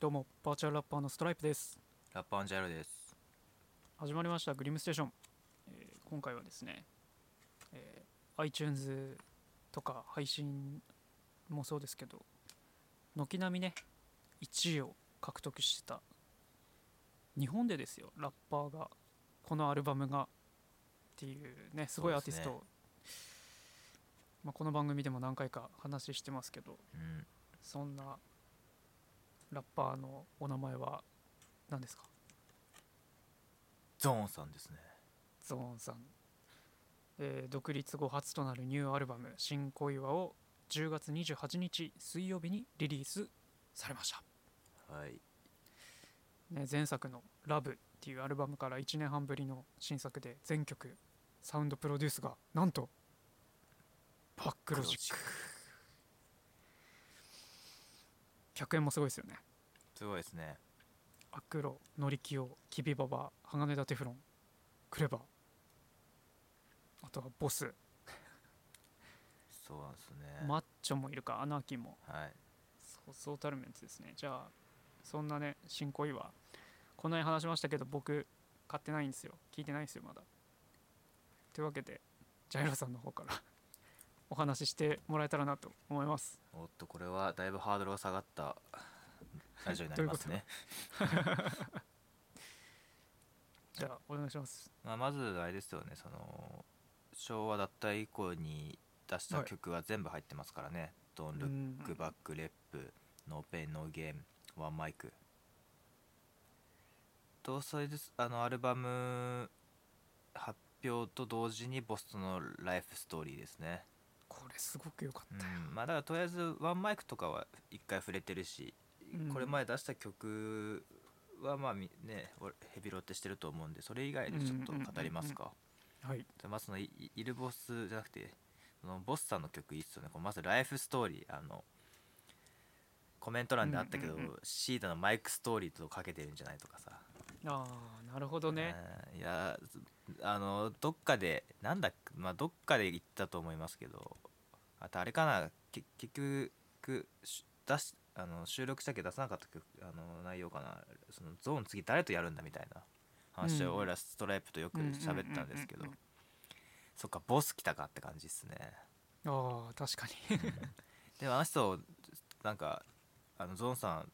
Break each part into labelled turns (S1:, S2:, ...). S1: どうもバーチャルラッパーのストライプです
S2: ラッパーアンジャイロです。
S1: 始まりましたグリムステーション、えー今回はですね、えー iTunes とか配信もそうですけど軒並みね1位を獲得してた日本でですよラッパーがこのアルバムがっていうねすごいアーティスト、
S2: そう
S1: まあ、この番組でも何回か話してますけど
S2: うん、
S1: そんなラッパーのお名前は何ですか
S2: ゾーンさんですね。
S1: ゾーンさん、えー独立後初となるニューアルバム「新恋は」を10月28日水曜日にリリースされました、
S2: はい。
S1: ね、前作の「ラブっていうアルバムから1年半ぶりの新作で全曲サウンドプロデュースがなんとパックロジック100円もすごいですよね
S2: すごいですね。
S1: アクロ、ノリキオ、キビババ、鋼田テフロン、クレバー、あとはボス、
S2: そうなんですね。
S1: マッチョもいるか、アナーキーも、
S2: はい。
S1: そうそうたるメンツですね。じゃあ、そんなね、新恋は、こんなに話しましたけど、僕、買ってないんですよ。聞いてないんですよ、まだ。というわけで、ジャイロさんの方から お話ししてもらえたらなと思います。
S2: おっと、これはだいぶハードルが下がったラジオになり ますね。
S1: じゃあ、お願いします。
S2: まあ、まず、あれですよね、その、昭和脱退以降に出した曲は全部入ってますからね。ドン・ルック・バック・レップ、ノーペン・ノーゲーム、ワン・マイク。と、それです、あの、アルバム発表と同時にボストのライフストーリーですね。
S1: これ、すごく良か
S2: う
S1: っ
S2: ん
S1: たよ。
S2: まあだからとりあえずワンマイクとかは一回触れてるし、
S1: うん
S2: これ前出した曲はまあみね俺ヘビロテしてると思うんでそれ以外でちょっと語りますか、
S1: はい。
S2: でまあそのいいイルボスじゃなくてそのボスさんの曲いいっすよねこのまず「ライフストーリー」あのコメント欄であったけど、
S1: うんうんうん
S2: シーダのマイクストーリーとかけてるんじゃないとかさ
S1: ああ、なるほどね。
S2: うんいやあのどっかでなんだまあどっかで言ったと思いますけどあとあれかなけ結局し出しあの収録したけど出さなかった曲あの内容かなそのゾーン次誰とやるんだみたいな話
S1: うん
S2: を俺らストライプとよく喋ったんですけ
S1: うん
S2: ど
S1: うんうんうんうん
S2: そっかボス来たかって感じですね
S1: ああ、確かに。
S2: でもあの人なんかあのゾーンさん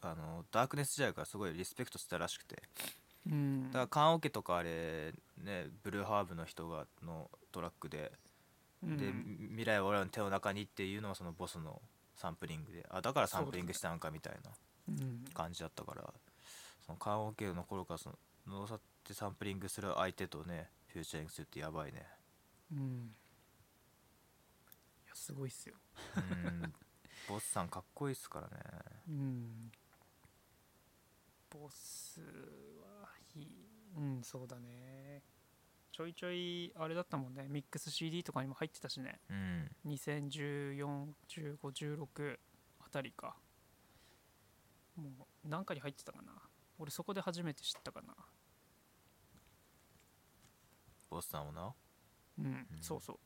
S2: あのダークネス時代からすごいリスペクトしてたらしくて
S1: うん
S2: だから棺桶とかあれねブルーハーブの人がのトラックで「
S1: うん
S2: で未来は俺らの手の中に」っていうのはそのボスのサンプリングであだからサンプリングしたんかみたいな
S1: うん
S2: 感じだったからその棺桶の頃からそのノーサってサンプリングする相手とねフューチャリングするってやばいね
S1: うんいやすごいっすよ
S2: うん ボスさんかっこいいっすからね
S1: うんボスはいいうんそうだねちょいちょいあれだったもんねミックス CD とかにも入ってたしね
S2: うん
S1: 20141516あたりかもう何かに入ってたかな俺そこで初めて知ったかな
S2: ボスさんをな
S1: うん、
S2: うん
S1: そうそう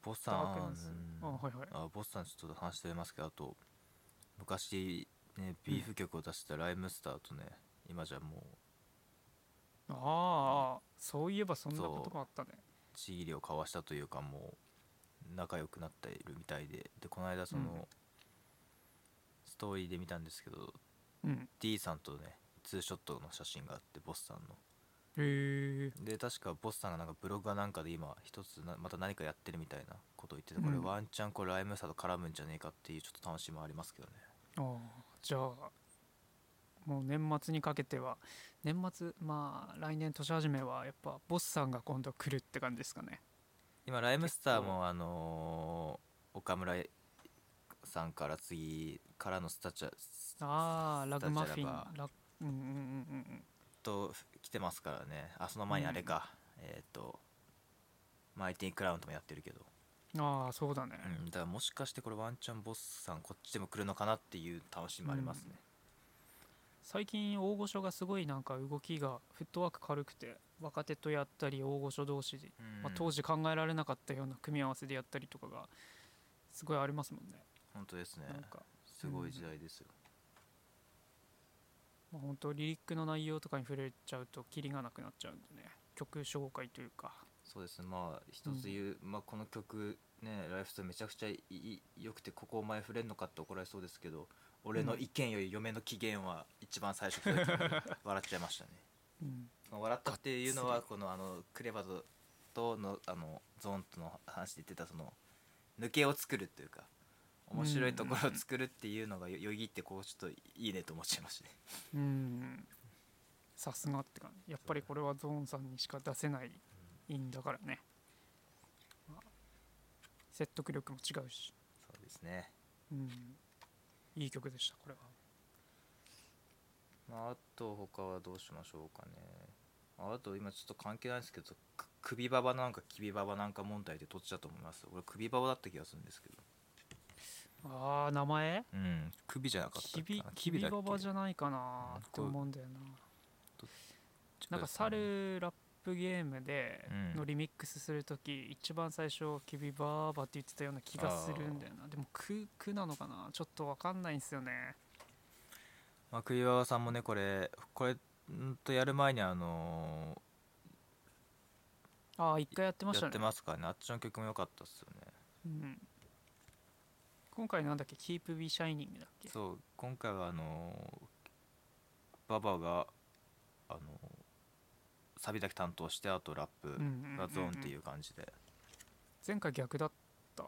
S2: ボスさ
S1: ダーク
S2: ん
S1: ナスあはいはい
S2: あボスさんちょっと話してますけどあと昔ねビーフ曲を出してたライムスターとね、今じゃもう
S1: ああそういえばそんなことがあったね
S2: ちぎりを交わしたというかもう仲良くなっているみたいででこの間その、
S1: うん
S2: ストーリーで見たんですけど
S1: うん、
S2: D さんとねツーショットの写真があってボスさんの
S1: へえ
S2: で確かボスさんがなんかブログかなんかで今一つなまた何かやってるみたいなことを言っててこれ、
S1: うん
S2: ワンチャンこれライムスターと絡むんじゃねえかっていうちょっと楽しみもありますけどね
S1: ああじゃあもう年末にかけては年末まあ来年年始めはやっぱボスさんが今度来るって感じですかね
S2: 今ライムスター
S1: 結
S2: もあのー岡村さんから次からのスタチャ
S1: ああラグマフィ
S2: スタジャラ
S1: ンラうんうんうんうん
S2: と来てますからねあその前にあれか、えっ、とマイティクラウンともやってるけど、
S1: うんああそうだね、
S2: うん、だからもしかしてこれワンチャンボスさんこっちでも来るのかなっていう楽しみもありますね、
S1: 最近大御所がすごいなんか動きがフットワーク軽くて若手とやったり大御所同士で、
S2: うん
S1: まあ、当時考えられなかったような組み合わせでやったりとかがすごいありますもんね
S2: 本当ですね
S1: なんか、
S2: すごい時代ですよ、
S1: まあ、本当リリックの内容とかに触れちゃうとキリがなくなっちゃうんでね曲紹介というか
S2: そうですねまあ一つ言う、まあ、この曲ね「ライフスタイルめちゃくちゃいい良くてここお前触れんのかって怒られそうですけど俺の意見より嫁の機嫌は一番最初に笑っちゃいましたね
S1: うん
S2: 笑ったっていうの
S1: が
S2: は
S1: っ
S2: このあのクレバととのあのゾーンとの話で言ってたその抜けを作るというか面白いところを作るっていうのがよよぎってこうちょっといいねと思っちゃいましたね
S1: うんさすがって感じやっぱりこれはゾーンさんにしか出せないんだからね、まあ説得力も違うし、
S2: そうですね、
S1: うん、いい曲でしたこれは
S2: まあ、あと他はどうしましょうかねああと今ちょっと関係ないんですけどく首ババなんかキビババなんか問題でどっちだと思います俺首ババだった気がするんですけど
S1: あー名前
S2: うん首じゃなかったっ
S1: キ
S2: け
S1: ビ
S2: な
S1: キビ
S2: だっけ
S1: ババじゃないかな
S2: うん
S1: と思うんだよな
S2: ちょ
S1: なん
S2: っと
S1: か
S2: ですね
S1: 猿ラップゲームで
S2: うん
S1: のリミックスする時、一番最初キビバーバって言ってたような気がするんだよなでもククなのかなちょっとわかんないんですよね
S2: まあ、栗川さんもねこれこれんーとやる前にあの
S1: ああ一回やってまし
S2: ーや
S1: た
S2: っ
S1: ね
S2: てますからねあっちの曲も良かったっすよね
S1: うん、今回なんだっけ Keep Be Shining だっけ
S2: そう今回はあのーババがあのーサビだけ担当してあとラップ
S1: うんうんうんうん
S2: がゾーンっていう感じで
S1: 前回逆だった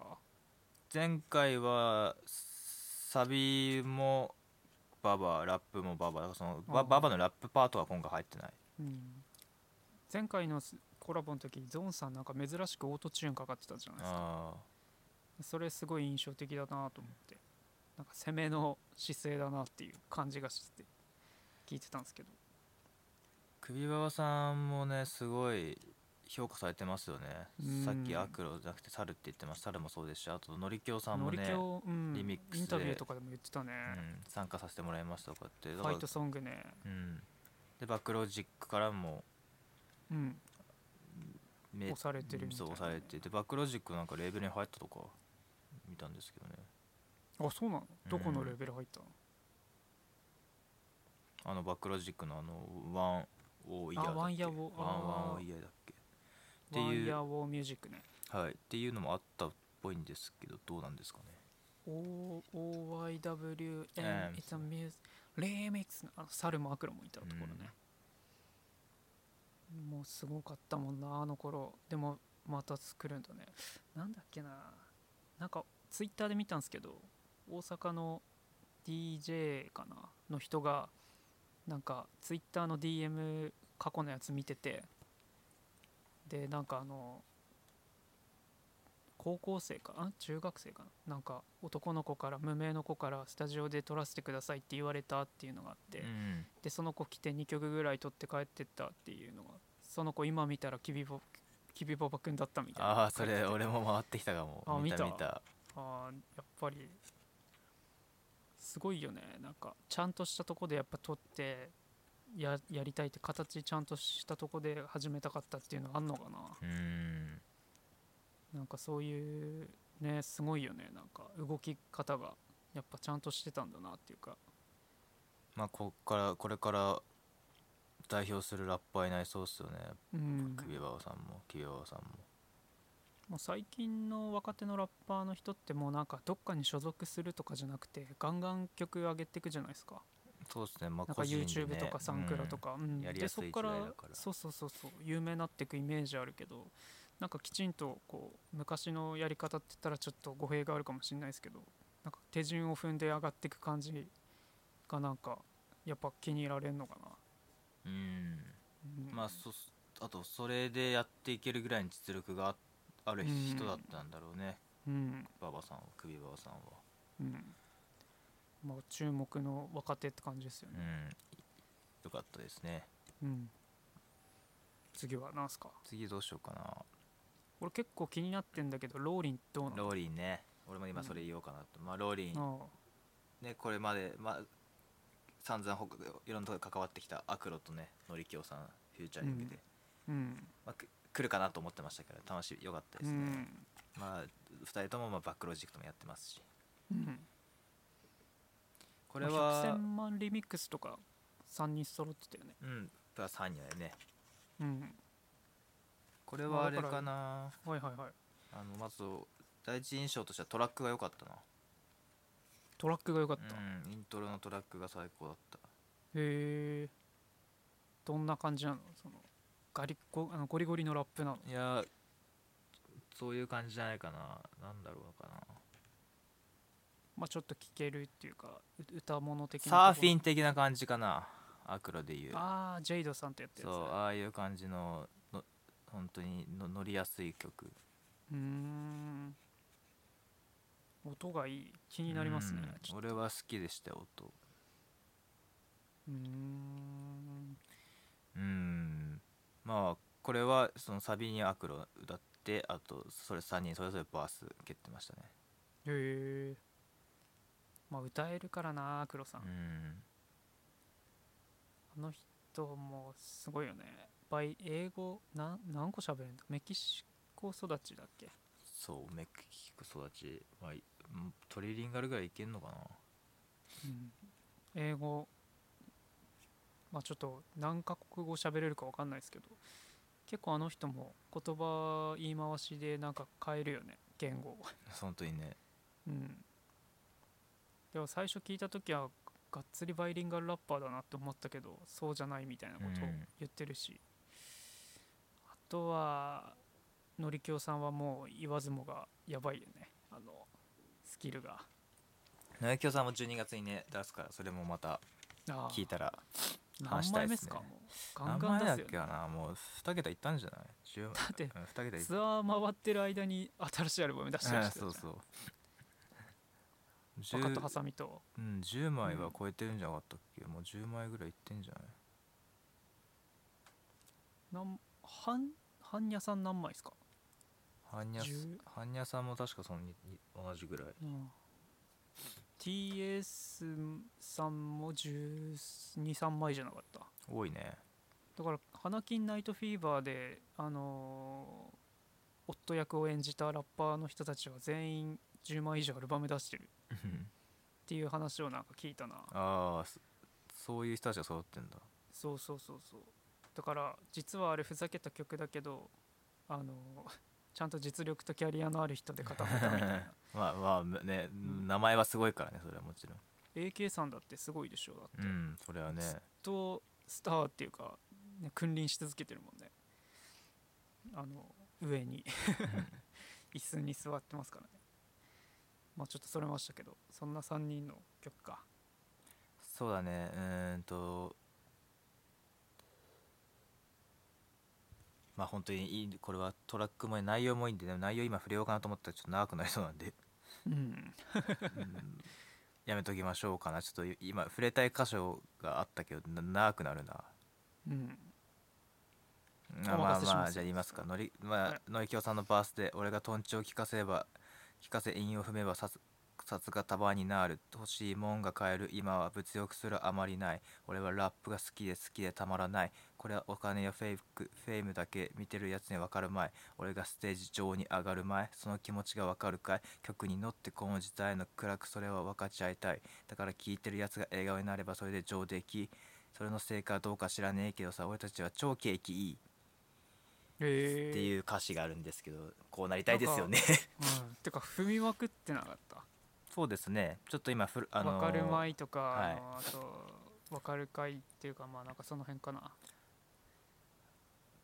S2: 前回はサビもババラップもババだからそのバ
S1: あー
S2: ババのラップパートは今回入ってない
S1: うん前回のスコラボの時ゾーンさんなんか珍しくオートチューンかかってたじゃないですか
S2: あ
S1: それすごい印象的だなと思ってなんか攻めの姿勢だなっていう感じがして聞いてたんですけど
S2: 首ババさんもねすごい評価されてますよね
S1: うん
S2: さっきアクロじゃなくて猿って言ってました猿もそうですしあとのりきょうさんも
S1: ノリ
S2: ね
S1: キ、ョ、うん、
S2: リミックスで
S1: インタビューとかでも言ってたね、
S2: うん参加させてもらいましたとかってだ
S1: フ
S2: か
S1: ァ
S2: ら
S1: イトソングね
S2: うんでバックロジックからも
S1: うん
S2: め
S1: 押されてるみた
S2: そ
S1: いうな、ね、
S2: 押されてでバックロジックなんかレーベルに入ったとか見たんですけどね
S1: あそうなのどこのレベル入ったの、
S2: あのバックロジックのあのワンオーイヤーだっ
S1: あ
S2: け
S1: ワンヤオ
S2: ワンワン
S1: あー
S2: オーイヤーだっけていう
S1: ワイヤーウォーミュージックね
S2: はいっていうのもあったっぽいんですけどどうなんですかね
S1: OYWN
S2: ええ
S1: It's a Music レミックスのあのサルもアクロもいたところね、もうすごかったもんなあの頃でもまた作るんだねなんだっけななんかツイッターで見たんですけど大阪の DJ かなの人がなんかツイッターの DM 過去のやつ見ててでなんかあの高校生かあ中学生かななんか男の子から無名の子からスタジオで撮らせてくださいって言われたっていうのがあって、
S2: うん
S1: でその子来て2曲ぐらい撮って帰ってったっていうのがその子今見たらキビボキビボバくんだったみたいな
S2: ああそ
S1: 書い
S2: れ
S1: てて
S2: 俺も回ってきたかも
S1: あ
S2: 見た見
S1: 見た
S2: た
S1: あーやっぱりすごいよねなんかちゃんとしたとこでやっぱ撮ってややりたいって形ちゃんとしたとこで始めたかったっていうのあんのかな
S2: うん
S1: なんかそういうねすごいよねなんか動き方がやっぱちゃんとしてたんだなっていうか
S2: まあこっからこれから代表するラッパーいないそうっすよね
S1: うん
S2: キビバオさんもキビバオさんも
S1: もう最近の若手のラッパーの人ってもうなんかどっかに所属するとかじゃなくてガンガン曲上げていくじゃないですか
S2: そうっすね
S1: な
S2: まあ
S1: んか
S2: 個人で、ね、
S1: YouTube とかサンクラとか、うん
S2: やり
S1: で
S2: やす
S1: そ
S2: い
S1: こから
S2: 時代だから
S1: そうそうそうそう有名になっていくイメージあるけどなんかきちんとこう昔のやり方って言ったらちょっと語弊があるかもしれないですけどなんか手順を踏んで上がっていく感じがなんかやっぱ気に入られるのかな、
S2: うん、
S1: う
S2: うん
S1: ん
S2: まあそあとそれでやっていけるぐらいの実力があある人だったんだろうね、
S1: うん
S2: ババさんはクビババさんは
S1: うんまあ注目の若手って感じですよ
S2: う
S1: ね、
S2: んよかったですね
S1: うん、次は何すか
S2: 次どうしようかな
S1: 俺結構気になってんだけどローリンどうなの
S2: ローリンね俺も今それ言おうかなと、まあローリン
S1: ああ
S2: ねこれまでまあ散々他いろんなところで関わってきたアクロとねのりきょうさんフューチャリングで、
S1: うんうん、
S2: まあ、く来るかなと思ってましたけど楽しいよかったで
S1: う
S2: すね、
S1: ん
S2: まあ2人ともまあバックロジックともやってますし
S1: うん
S2: これ
S1: まあ100
S2: は
S1: 千万リミックスとか3人揃ってたよね
S2: うんプラス半にはね
S1: うん
S2: これはあ
S1: まあだ
S2: れ
S1: から
S2: かな
S1: はいはいはい
S2: あのまず第一印象としてはトラックが良かったな
S1: トラックが良かった、へ
S2: うんイントロのトラックが最高だった
S1: えどんな感じなのそのガリゴあのゴリゴリのラップなの
S2: いやそういう感じじゃないかななんだろうかな
S1: まあちょっと聴けるっていうかう歌物的な
S2: サーフィ
S1: ン
S2: ン的な感じかなアクロで言う
S1: ああジェイドさんってやったやつ
S2: そ
S1: だ
S2: うああいう感じのの本当にの乗りやすい曲
S1: うーん音がいい気になりますね
S2: うん
S1: ちょっと
S2: 俺は好きでしたよ音
S1: うーん
S2: うんまあこれはそのサビにアクロ歌ってあとそれ3人それぞれバース蹴ってましたね
S1: へえまあ歌えるからな黒さん、
S2: うん
S1: あの人もすごいよねバイ英語な何個喋れんだメキシコ育ちだっけ
S2: そうメキシコ育ち、まあ、いうんトリリンガルぐらいいけんのかな
S1: うん英語まあちょっと何カ国語喋れるか分かんないですけど結構あの人も言葉言い回しでなんか変えるよね言語を
S2: 本当にね
S1: うんでも最初聞いた時はがっつりバイリンガルラッパーだなって思ったけどそうじゃないみたいなことを
S2: うん
S1: 言ってるし、あとはのりきおさんはもう言わずもがやばいよねあのスキルが
S2: 野球さんも12月にね出すからそれもまた
S1: あー
S2: 聞いたら話
S1: 何
S2: した
S1: 枚
S2: い
S1: 目
S2: で
S1: っ
S2: す
S1: す
S2: ね
S1: かもうガンガン出す
S2: 何枚だ
S1: よ
S2: っ
S1: ね
S2: けかなもう2桁いったんじゃない10
S1: だって
S2: うん2桁いっ
S1: ツアー回ってる間に新しいアルバム出して
S2: う
S1: ま
S2: ん
S1: した
S2: そう
S1: よ
S2: そう
S1: バカと
S2: 10,
S1: ハサミと
S2: うん、10枚は超えてるんじゃなかったっけ、もう10枚ぐらいいってんじゃない
S1: なん半半若さん何枚ですか
S2: 般若
S1: 10
S2: 般若さんも確かそのにに同じぐらい
S1: うん TS さんも123枚じゃなかった
S2: 多いね
S1: だから「花金ナイトフィーバーで」あのー夫役を演じたラッパーの人たちは全員10枚以上アルバム出してるっていう話をなんか聞いたな
S2: ああそういう人たちが揃ってんだ
S1: そうそうそうそうだから実はあれふざけた曲だけどあのーちゃんと実力とキャリアのある人で固めたみたいな
S2: まあまあむね、
S1: ん
S2: 名前はすごいからねそれはもちろん
S1: AK さんだってすごいでしょだって、
S2: うんそれはね
S1: とスターっていうか、ね、君臨し続けてるもんねあの上に 椅子に座ってますからねまあちょっとそれましたけどそんな3人の曲か
S2: そうだねうーんとまあ本当にいいこれはトラックもいい内容もいいんで、ね、内容今触れようかなと思ったらちょっと長くなりそうなんで、
S1: うん
S2: うん やめときましょうかなちょっと今触れたい箇所があったけどな長くなるな
S1: うん
S2: まあ
S1: お
S2: ま
S1: 任
S2: あ
S1: せし
S2: ま
S1: ま
S2: あ
S1: す
S2: じゃあ言いますかのりま
S1: は
S2: あ
S1: い
S2: のりきおさんのバースで俺がとんちを聞かせれば聞かせ韻を踏めばさすさすが束になる欲しいもんが買える今は物欲すらあまりない俺はラップが好きで好きでたまらないこれはお金やフェイクフェイムだけ見てるやつに分かるまい俺がステージ上に上がる前その気持ちが分かるかい曲に乗ってこの時代の暗くそれは分かち合いたいだから聴いてるやつが笑顔になればそれで上出来それのせいかどうか知らねえけどさ俺たちは超景気いい
S1: え
S2: って
S1: う、
S2: いう歌詞があるんですけどこうなりたいですよね
S1: うん、てか踏みまくってなかった
S2: そうですねちょっと今ふ
S1: 「
S2: る、あ
S1: わ、
S2: のー
S1: かるまい」とか、
S2: はい
S1: あのあと「わかるかい」っていうかまあなんかその辺かな、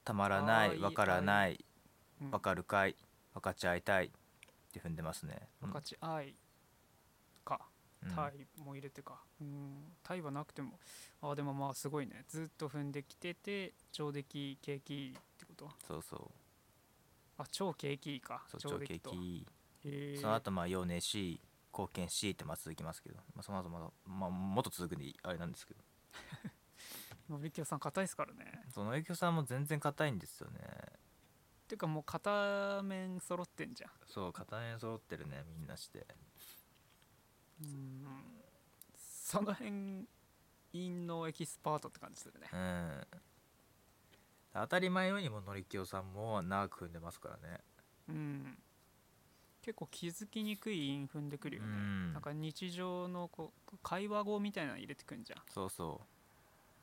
S2: たまらな
S1: あー
S2: い
S1: いい
S2: わからない
S1: うん、
S2: わかるかい分かち合いたいって踏んでますね
S1: 分かち合いか
S2: うん
S1: タイも入れてか、うん、タイはなくてもああでもまあすごいねずっと踏んできてて上出来景気いいってこと
S2: そうそう
S1: あ超景気いいか
S2: そう超景
S1: と
S2: 気
S1: へえ
S2: その後まあ「用ねし」「貢献し」ってまあ続きますけど、まあ、その後まだ、まあ、もっと続くんであれなんですけど
S1: ノリキオさん硬いですからね
S2: その影響さんも全然硬いんですよね
S1: てかもう片面揃ってんじゃん
S2: そう片面揃ってるねみんなして
S1: うんその辺陰のエキスパートって感じするね
S2: うん当たり前ようにものりきおさんも長く踏んでますからね
S1: うん結構気づきにくい韻踏んでくるよね、
S2: うん
S1: なんか日常のこう会話語みたいなの入れてくんじゃん
S2: そうそう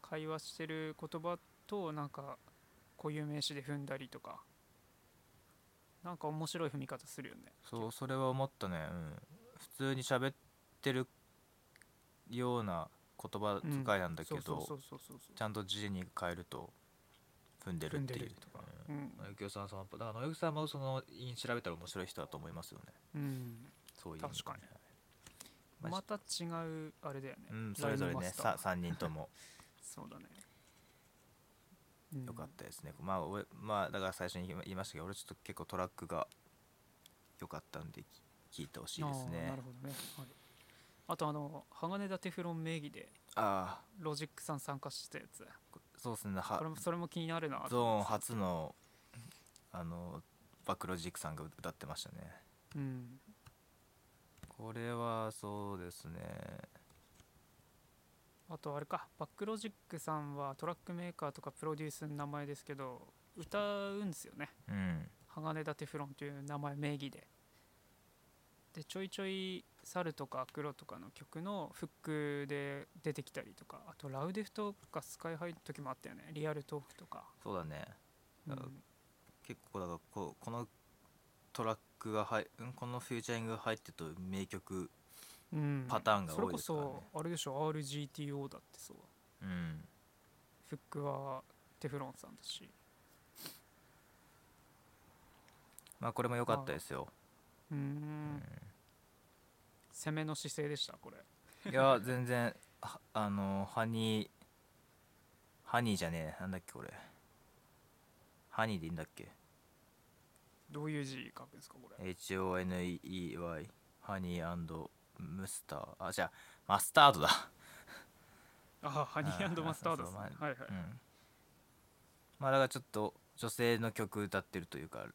S1: 会話してる言葉となんか固有名詞で踏んだりとかなんか面白い踏み方するよね
S2: そうそれは思ったね、うん、普通に喋ってるような言葉遣いなんだけ
S1: そうそ
S2: ど
S1: うそうそうそう
S2: ちゃんと字に変えると踏んでる
S1: 踏
S2: っ
S1: ん
S2: て
S1: で
S2: いう
S1: るとか、うん
S2: うん野球さんそのだから野球さんもその印調べたら面白い人だと思いますよね
S1: うん
S2: そういう意味で
S1: 確か
S2: まあ
S1: また違うあれだよね、
S2: うん、それぞれ
S1: ライブ
S2: ね
S1: マスター
S2: さ3人とも
S1: そうだね、うん
S2: 良かったですね、まあ俺まあだから最初に言いましたけど俺ちょっと結構トラックが良かったんでき聞いてほしいです
S1: あー
S2: ね
S1: なるほどね、はい、あとあの鋼田テフロン名義で
S2: ああ
S1: ロジックさん参加してたやつ
S2: そうですねは
S1: これもそれも気になるなと
S2: ゾーン初のあのバックロジックさんが歌ってましたね
S1: うん
S2: これはそうですね
S1: あとあれかバックロジックさんはトラックメーカーとかプロデュースの名前ですけど歌うんですよね
S2: うん
S1: 鋼田テフロンという名前名義ででちょいちょい「猿」とか「黒」とかの曲のフックで出てきたりとかあと「ラウデフ」とか「スカイハイ」の時もあったよね「リアルトーク」とか、
S2: そうだね
S1: うん
S2: あ結構だからここのトラックが入んこのフューチャリングが入ってると名曲
S1: うん
S2: パターンが多いですからね
S1: それこそあれでしょ RGTO だってそう
S2: うん
S1: フックはテフロンさんだし
S2: まあこれも良かったですよ、
S1: うー
S2: うん
S1: 攻めの姿勢でしたこれ
S2: んいや全然はあのハニーハニーじゃねえなんだっけこれハニーでいいんだっけ
S1: どういう字書くんですかこれ
S2: HONEY ハニームスターあじゃあマスタードだ、
S1: ああハニーマスタードですね
S2: あーそうそう
S1: はいはい、
S2: うん、まあだからちょっと女性の曲歌ってるというか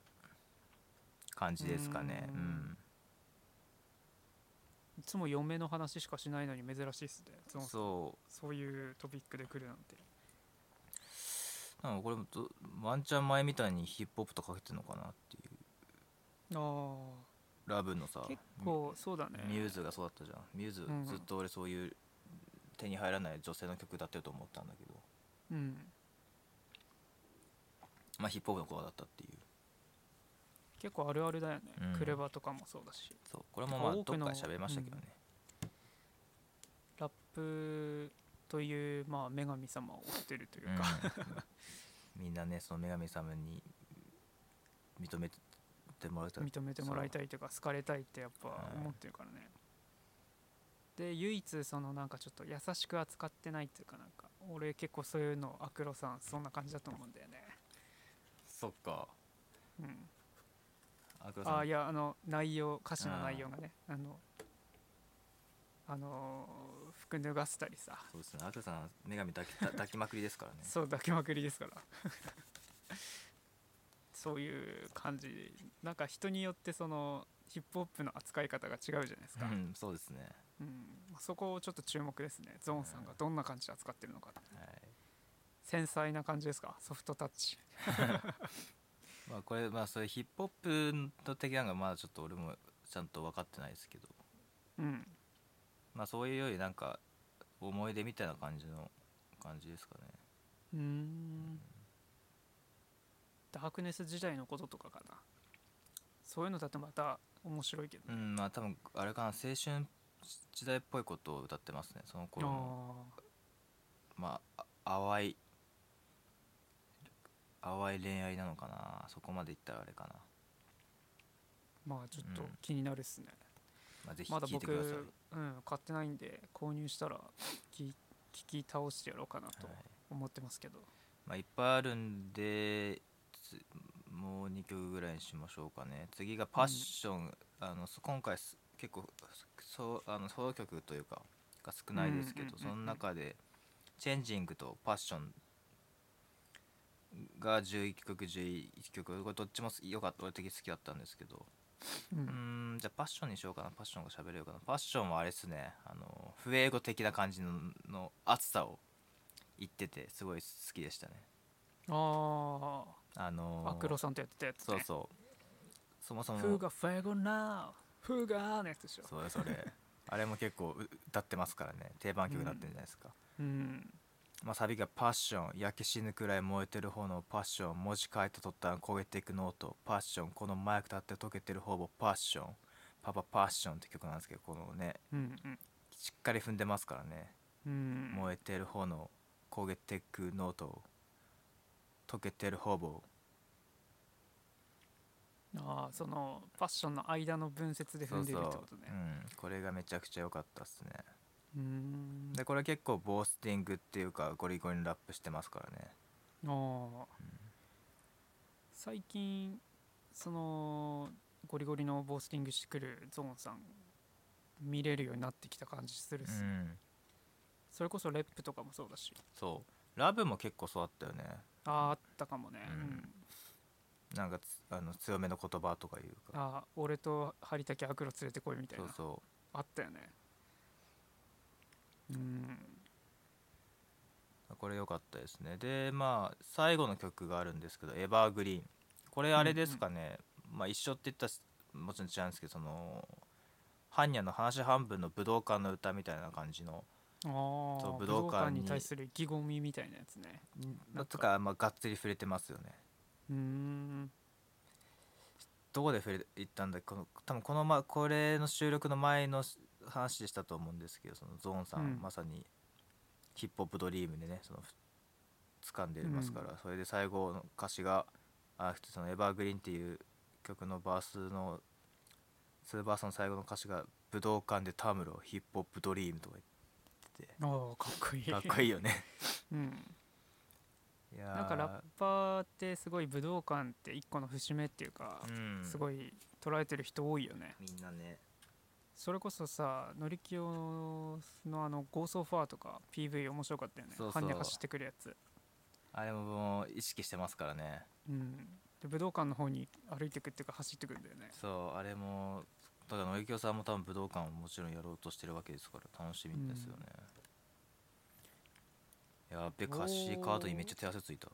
S2: 感じですかね
S1: う
S2: う
S1: ーん
S2: ん
S1: いつも嫁の話しかしないのに珍しいっすねゾンさん
S2: そ
S1: そういうトピックで来るなんて
S2: うなんかこれもどワンチャン前みたいにヒップホップとかけてるのかなっていう
S1: あ
S2: ラブのさ
S1: あ結構そうだね
S2: ミミューズがそうだったじゃんミューズ
S1: うん
S2: ずっと俺そういう手に入らない女性の曲歌ってると思ったんだけど
S1: うん
S2: まあヒップホップの子だったっていう
S1: 結構あるあるだよね、
S2: うん
S1: クレバとかもそうだし
S2: そうこれもまあど
S1: 多
S2: っか
S1: く
S2: で
S1: の
S2: 喋りましたけどね、
S1: ラップというまあ女神様を追ってるというか、
S2: うん みんなねその女神様に認めてもらえたら
S1: 認めてもらいたいというか好かれたいってやっぱ
S2: はい
S1: 思ってるからね、で唯一そのなんかちょっと優しく扱ってないっていうかなんか俺結構そういうのアクロさんそんな感じだと思うんだよね、
S2: そっか
S1: うん、
S2: あ黒さん
S1: あいやあの内容歌詞の内容がねあのあのー服脱がせたりさ
S2: そうですねあ黒さん女神抱き抱きまくりですからね
S1: そう抱きまくりですから そういう感じなんか人によってそのヒップホップの扱い方が違うじゃないですか、
S2: うんそうですね
S1: うん、そこをちょっと注目ですねゾーンさんがどんな感じで扱ってるのか
S2: はい
S1: 繊細な感じですかソフトタッチ
S2: まあこれまあそういうヒップホップの的なのがまあちょっと俺もちゃんと分かってないですけど
S1: うん
S2: まあそういうよりなんか思い出みたいな感じの感じですかね
S1: うーんダークネス時代のこととかかなそういうのだとまた面白いけどね、
S2: うんまあ多分あれかな青春時代っぽいことを歌ってますねその頃の
S1: あ
S2: まああ淡い淡い恋愛なのかなそこまでいったらあれかな、
S1: ーまあちょっと
S2: うん
S1: 気になるっすね、
S2: まあ、ぜひ
S1: まだ
S2: 聞いて
S1: 僕、
S2: ください、
S1: うん、買ってないんで購入したら聞き聞き倒してやろうかなと
S2: はい
S1: 思ってますけど、
S2: まあ、いっぱいあるんでつもう2曲ぐらいにしましょうかね次が「パッション」あのそ今回す結構そうあのソロ曲というかが少ないですけ
S1: う
S2: ど、
S1: んうんうんうん
S2: その中で「チェンジング」と「パッション」が11曲11曲これどっちも良かった俺的に好きだったんですけど
S1: うん
S2: うーんじゃあパッションにしようかなパッションが喋れようかなパッションはあれですねあの不英語的な感じのの熱さを言っててすごい好きでしたね
S1: あ
S2: あの
S1: あアクロさんとやってたやつ、ね、
S2: そうそうそもそも
S1: フーガフェゴナーフーガーのやつでしょ
S2: それそれあれも結構う歌ってますからね定番曲になってるんじゃないですか、
S1: うん
S2: まあ、サビが「パッション焼け死ぬくらい燃えてる炎パッション文字書いた途端焦げていくノートパッションこのマイク立って溶けてるほぼパッションパパパッション」って曲なんですけどこのね
S1: うんうん
S2: しっかり踏んでますからね
S1: うん
S2: 燃えてる炎焦げてくノート溶けてるほぼ
S1: ああそのパッションの間の分節で踏んでいるってことね
S2: う、ん、これがめちゃくちゃ良かったっすね
S1: うーん
S2: でこれ結構ボースティングっていうかゴリゴリのラップしてますからね
S1: あー最近そのゴリゴリのボースティングしてくるゾーンさん見れるようになってきた感じするっ
S2: う
S1: す、
S2: ん
S1: それこそレップとかもそうだし
S2: そうラブも結構そうだったよね
S1: あああったかもね、
S2: う
S1: うんん
S2: なんかつあの強めの言葉とかいうか
S1: ああ俺とハリタキアクロ連れてこいみたい
S2: そ
S1: な
S2: うそ
S1: あったよねうん
S2: うこれ良かったですねでまあ最後の曲があるんですけど「エバーグリーン」これあれですかね、まあ一緒って言ったらもちろん違うんですけどその般若の話半分の武道館の歌みたいな感じの
S1: あ
S2: そう
S1: あ武
S2: 武
S1: 道
S2: 道館に
S1: 館に対する意気込みみたいなやつねなんか
S2: とか、まあ、がっつり触れてますよね
S1: うーん
S2: どこで触れ行ったんだこの多分この、ま、これの収録の前の話でしたと思うんですけどそのゾーンさん、
S1: うん
S2: まさにヒップホップドリームでねそのふ掴んでますから、それで最後の歌詞があ普通その「エバーグリーン」っていう曲のバースの2バースの最後の歌詞が「武道館でたむろヒップホップドリーム」とか
S1: ああかっこいい
S2: 言ってかっこいいよね
S1: うん
S2: いやー
S1: なんかラッパーってすごい武道館って一個の節目っていうか、
S2: うん
S1: すごい捉えてる人多いよね
S2: みんなね
S1: それこそさのりきよのあの「ゴーソファー」とか PV 面白かったよね
S2: そうそう
S1: 般若走ってくるやつ、
S2: あれももう意識してますからね
S1: うん、で武道館の方に歩いてくっていうか走ってくんだよね
S2: そうあれもだから野木さんも多分武道館をもちろんやろうとしてるわけですから楽しみですよね、やっべ歌詞カードにめっちゃ手汗ついた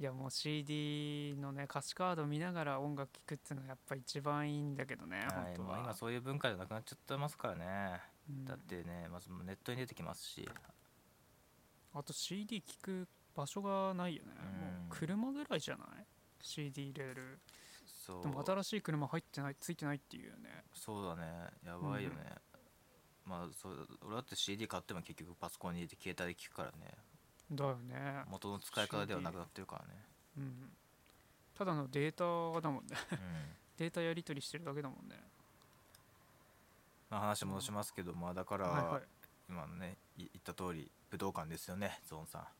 S1: いやもう CD のね歌詞カード見ながら音楽聴くっていうのはやっぱ一番いいんだけどね、
S2: はい
S1: 本当
S2: もう
S1: は
S2: 今そういう文化じゃなくなっちゃってますからね、
S1: うん
S2: だってねまずネットに出てきますし
S1: あと CD 聴く場所がないよね、
S2: うん
S1: もう車ぐらいじゃない CD 入れる
S2: そう
S1: でも新しい車入ってないついてないっていうよね
S2: そうだねやばいよね、まあそう俺だって CD 買っても結局パソコンに入れて携帯で聞くからね
S1: だよね、
S2: 元の使い方ではなくなってるから ね、
S1: うん、ただのデータだもんね
S2: うん
S1: データやり取りしてるだけだもんね
S2: まあ、話戻しますけど、まあだから、
S1: はいはい
S2: 今のねい言った通り武道館ですよねゾーンさ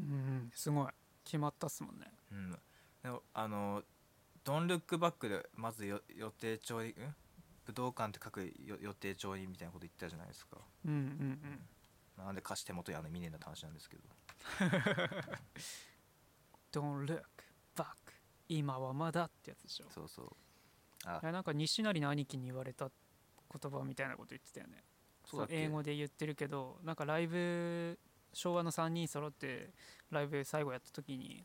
S1: うんうんすごい決まったっすもんね
S2: ん、うん、でもあの「ドン・ルック・バック」でまずよ予定調にん武道館って書くよ予定調にみたいなこと言ったじゃないですか
S1: うんうん
S2: なんで歌詞手元にあの見ねえんだって話なんですけど
S1: うん Don't look back 今はまだってやつでしょ
S2: そうそうあ
S1: いやなんか西成の兄貴に言われた言葉みたいなこと言ってたよね
S2: そうだっけ
S1: 英語で言ってるけどなんかライブ昭和の3人揃ってライブ最後やった時に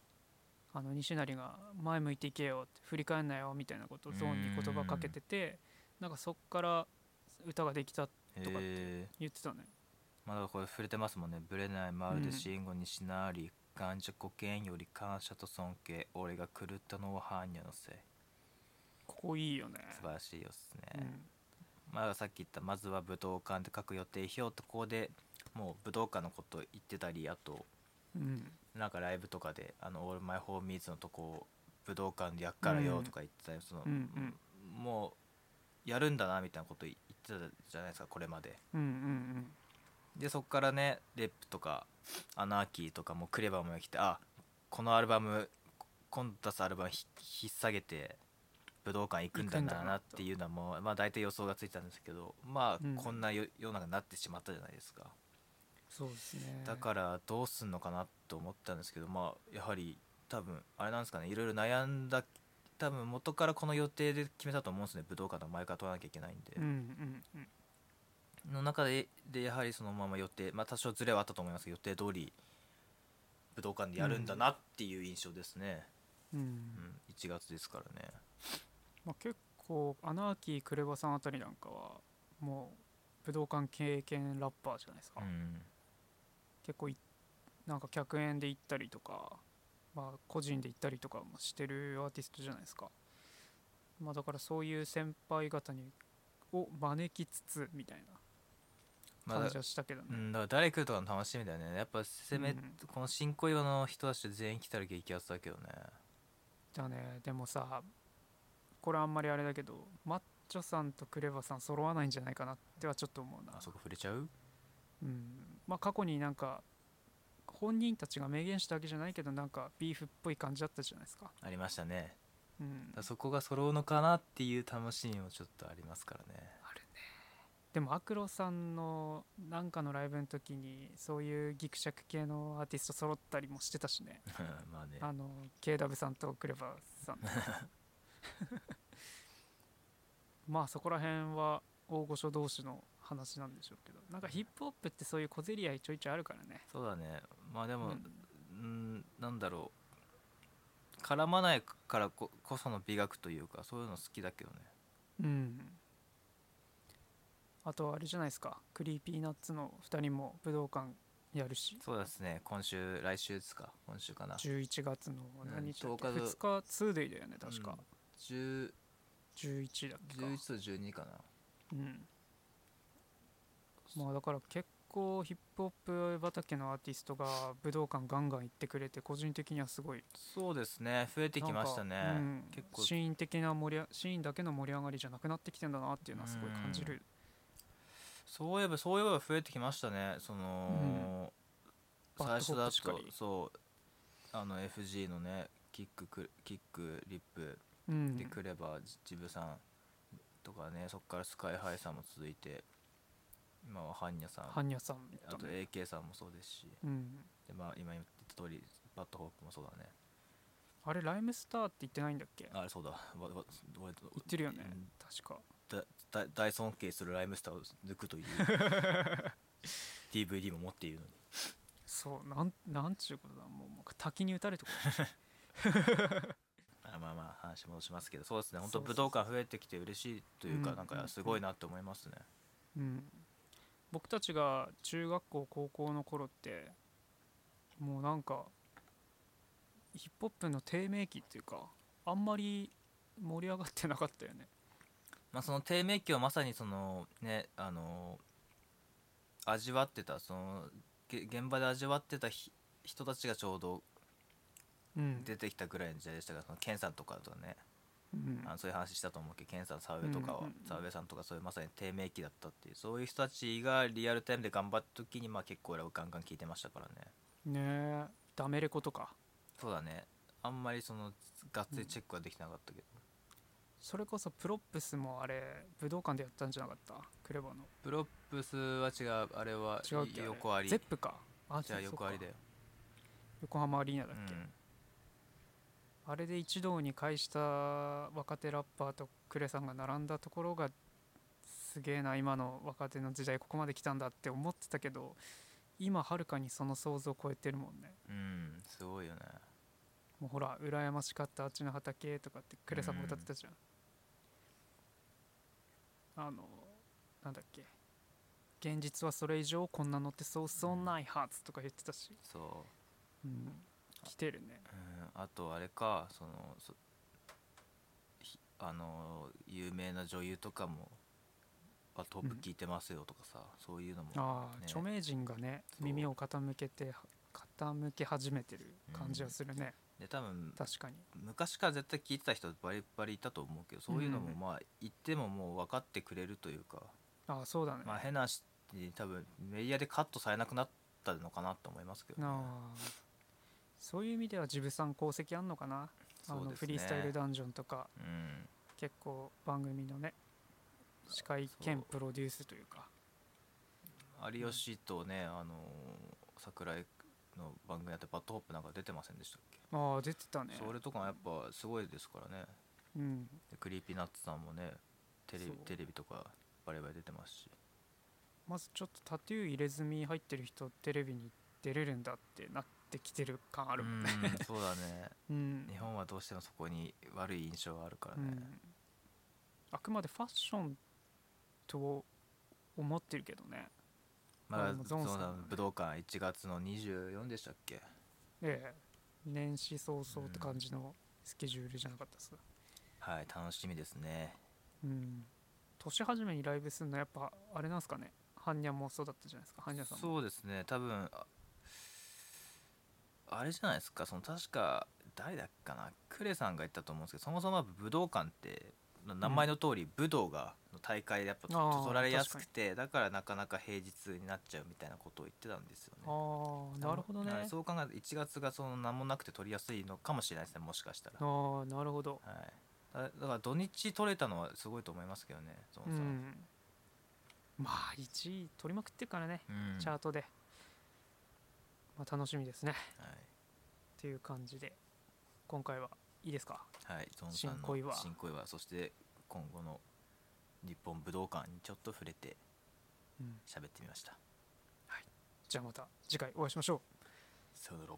S1: あの西成が「前向いていけよ」って「振り返んなよ」みたいなことをゾーンに言葉かけててなんかそっから歌ができたとかって
S2: えー
S1: 言ってたね
S2: まあだからこれ触れてますもんね「ぶれないまる
S1: う
S2: で
S1: ん
S2: 慎吾にしなり」患者ごけんより感謝と尊敬俺が狂ったのは般若のせい
S1: ここいいよね
S2: 素晴らしいよっすね、
S1: うん
S2: まあ、さっき言ったまずは武道館で書く予定表ってここでもう武道館のこと言ってたりあと
S1: うん
S2: なんかライブとかで「あのオールマイホーミーズ」のとこを武道館でやっからよ
S1: うん
S2: とか言ってたり、その
S1: うんうん
S2: もうやるんだなみたいなこと言ってたじゃないですかこれまで
S1: うんうん
S2: でそっからねレップとかアナーキーとかもクレバも来てあこのアルバム今度出すアルバムひ引っ提げて武道館行くんだ
S1: 行くんだ
S2: な
S1: な
S2: なっていうのはもう、まあ、大体予想がついたんですけどまあ、
S1: うん
S2: こんなよ世の中になってしまったじゃないですか
S1: そうですね
S2: だからどうすんのかなと思ったんですけどまあやはり多分あれなんですかねいろいろ悩んだ多分元からこの予定で決めたと思うんですね武道館の前から取らなきゃいけないんで、
S1: うんうんうん
S2: の中ででやはりそのまま予定、まあ、多少ずれはあったと思いますけど予定通り武道館でやるんだなっていう印象ですね、
S1: ううん
S2: うん、1月ですからね
S1: まあ、結構アナーキークレバさんあたりなんかはもう武道館経験ラッパーじゃないですか、
S2: うん
S1: 結構いなんか客演で行ったりとか、まあ、個人で行ったりとかもしてるアーティストじゃないですか、まあ、だからそういう先輩方にを招きつつみたいな
S2: まあ
S1: 感
S2: だ
S1: じはしたけどね、
S2: うん、だから誰来るとかの楽しみだよねやっぱせめ、
S1: うん
S2: この新小岩の人たち全員来たら激アツだけどね
S1: だねでもさこれあんまりあれだけどマッチョさんとクレバさん揃わないんじゃないかなってはちょっと思うな
S2: あそこ触れちゃう
S1: うんまあ過去になんか本人たちが明言したわけじゃないけどなんかビーフっぽい感じだったじゃないですか,、
S2: ありましたね
S1: うん
S2: だか、らそこが揃うのかなっていう楽しみもちょっとありますから ね
S1: でもアクロさんのなんかのライブの時にそういうギクシャク系のアーティスト揃ったりもしてたしね
S2: まあね
S1: あの KW さんとクレバさ んまあそこら辺は大御所同士の話なんでしょうけどなんかヒップホップってそういう小競り合いちょいちょいあるからね
S2: そうだねまあで
S1: う
S2: も、
S1: ん
S2: うん、なんだろう絡まないからここその美学というかそういうの好きだけどね
S1: うんあとあれじゃないですかクリーピーナッツの2人も武道館やるし
S2: そうですね今週来週ですか今週かな
S1: 11月の
S2: うん
S1: 何日だっけ
S2: 10日だ
S1: 2日ツーデイだよね確か、
S2: 10
S1: 11だっけか
S2: 11と12かな
S1: うんまあだから結構ヒップホップ畑のアーティストが武道館ガンガン行ってくれて個人的にはすごい
S2: そうですね増えてきましたね、
S1: なんかうん
S2: 結構
S1: シーン的な盛りあシーンだけの盛り上がりじゃなくなってきてんだなっていうのはすごい感じる
S2: そういえばそういえば増えてきましたねその、
S1: うん
S2: 最初だ
S1: バッドホップしか
S2: と
S1: り
S2: そうあの FG のねキッククルキックリップ
S1: うん
S2: でくればジジブさんとかねそこからスカイハイさんも続いて今はハンニャさん
S1: ハンニャさんみ
S2: あ
S1: た
S2: と
S1: いな
S2: AK さんもそうですし
S1: うん
S2: で、まあ、今言った通りバッドホークもそうだね
S1: あれライムスターって言ってないんだっけ
S2: あれそうだわわわ
S1: 言
S2: 俺
S1: ってるよね
S2: うん
S1: 確か
S2: だだ大尊敬するライムスターを抜く という DVD も持っているのに
S1: そうなんなんちゅうことだもうもう滝に打たれてこ
S2: あまあまあ話戻しますけどそうですね本
S1: そ
S2: 当
S1: うそう
S2: 武道館増えてきて嬉しいというか、
S1: うん
S2: なん
S1: うんう
S2: か
S1: ん
S2: すごいなって思いますね、
S1: い、うん、僕たちが中学校高校の頃ってもうなんかヒップホップの低迷期っていうかあんまり盛り上がってなかったよね
S2: まあ、その低迷期をまさにそのねあの味わってたそのげ現場で味わってたひ人たちがちょうど
S1: うん
S2: 出てきたぐらいの時代でしたから、そのケンさんとかとね、
S1: うん
S2: あのそういう話したと思うけどケンさん澤部とかは、
S1: うんうんうん
S2: 澤部さんとかそういうまさに低迷期だったっていうそういう人たちがリアルタイムで頑張った時にまあ結構俺はガンガン聞いてましたからね
S1: ねえダメレコとか
S2: そうだねあんまりそのがっつりチェックはできなかったけど、
S1: それこそプロップスもあれ武道館でやったんじゃなかったクレバの
S2: プロップスは違うあれは
S1: 違うっけあれ
S2: 横あり
S1: ゼップかあ
S2: じゃあ
S1: そうか
S2: 横ありだよ、
S1: 横浜アリーナだ
S2: う
S1: っ
S2: ん
S1: け、あれで一堂に会した若手ラッパーとクレさんが並んだところがすげえな今の若手の時代ここまで来たんだって思ってたけど今はるかにその想像を超えてるもんね
S2: うん、すごいよね
S1: もうほら羨ましかったあっちの畑とかってクレさんも歌ってたじゃん、あのなんだっけ現実はそれ以上こんなのってそうそうないはずとか言ってたし、
S2: そ
S1: うん、来てるね
S2: う、うん、あとあれかそのそひあの有名な女優とかもあトップ聞いてますよとかさ、そういうのも
S1: ああ、
S2: ね
S1: 著名人がね
S2: そう
S1: 耳を傾けて傾け始めてる感じはするね、
S2: で多分
S1: 確かに
S2: 昔から絶対聞いてた人バリバリいたと思うけどそういうのも
S1: うん
S2: まあ言ってももう分かってくれるというか、
S1: ああそうだね、
S2: まあ変な話多分メディアでカットされなくなったのかなと思いますけどね、
S1: ああそういう意味ではジブさん功績あんのかな、あ
S2: そう
S1: の
S2: です
S1: フ
S2: ね
S1: リースタイルダンジョンとか
S2: うん
S1: 結構番組のね司会兼プロデュースというか
S2: 有吉とね、あのー桜井の番組やってバッドホップなんか出てませんでしたっけ、
S1: ああ出てたね
S2: それとかもやっぱすごいですからね
S1: うん
S2: でクリーピーナッツさんもねテレビ
S1: そう
S2: テレビとかバリバリ出てますし
S1: まずちょっとタトゥー入れ墨入ってる人テレビに出れるんだってなっってきてる感あ
S2: う
S1: るもん
S2: ん
S1: ね、
S2: そうだね
S1: うん
S2: 日本はどうしてもそこに悪い印象があるから
S1: う
S2: ね、
S1: ん、あくまでファッションと思ってるけどね
S2: ま
S1: あ
S2: だ
S1: の
S2: そ
S1: ゾ
S2: う
S1: ンさん
S2: だ
S1: はね
S2: 武道館1月の24でしたっけ
S1: ええ年始早々って感じのスケジュールじゃなかったです
S2: はい楽しみですね
S1: うん年始めにライブするのはやっぱあれなんですかね般若もそうだったじゃないですか般若さんも
S2: そうですね多分ああれじゃないですかその確か誰だっけかなクレさんが言ったと思うんですけどそもそも武道館ってまあ名前の通り武道がの大会でやっぱ
S1: あー
S2: と取られやすくてだからなかなか平日になっちゃうみたいなことを言ってたんですよね。
S1: ああなるほどね
S2: はいそう考えると1月がその何もなくて取りやすいのかもしれないですねもしかしたら。は
S1: ああなるほど
S2: いだだから土日取れたのはすごいと思いますけどね、ゾ
S1: う
S2: ンさん。
S1: んまあ1位取りまくってるからね、
S2: うん
S1: チャートで、まあ、楽しみですね
S2: は
S1: っていう感じで今回はいいですか
S2: い、はい、ゾンさんの
S1: 新恋は
S2: 新恋はそして今後の日本武道館にちょっと触れて喋ってみました。
S1: じゃあまた次回お会いしましょう
S2: さよなら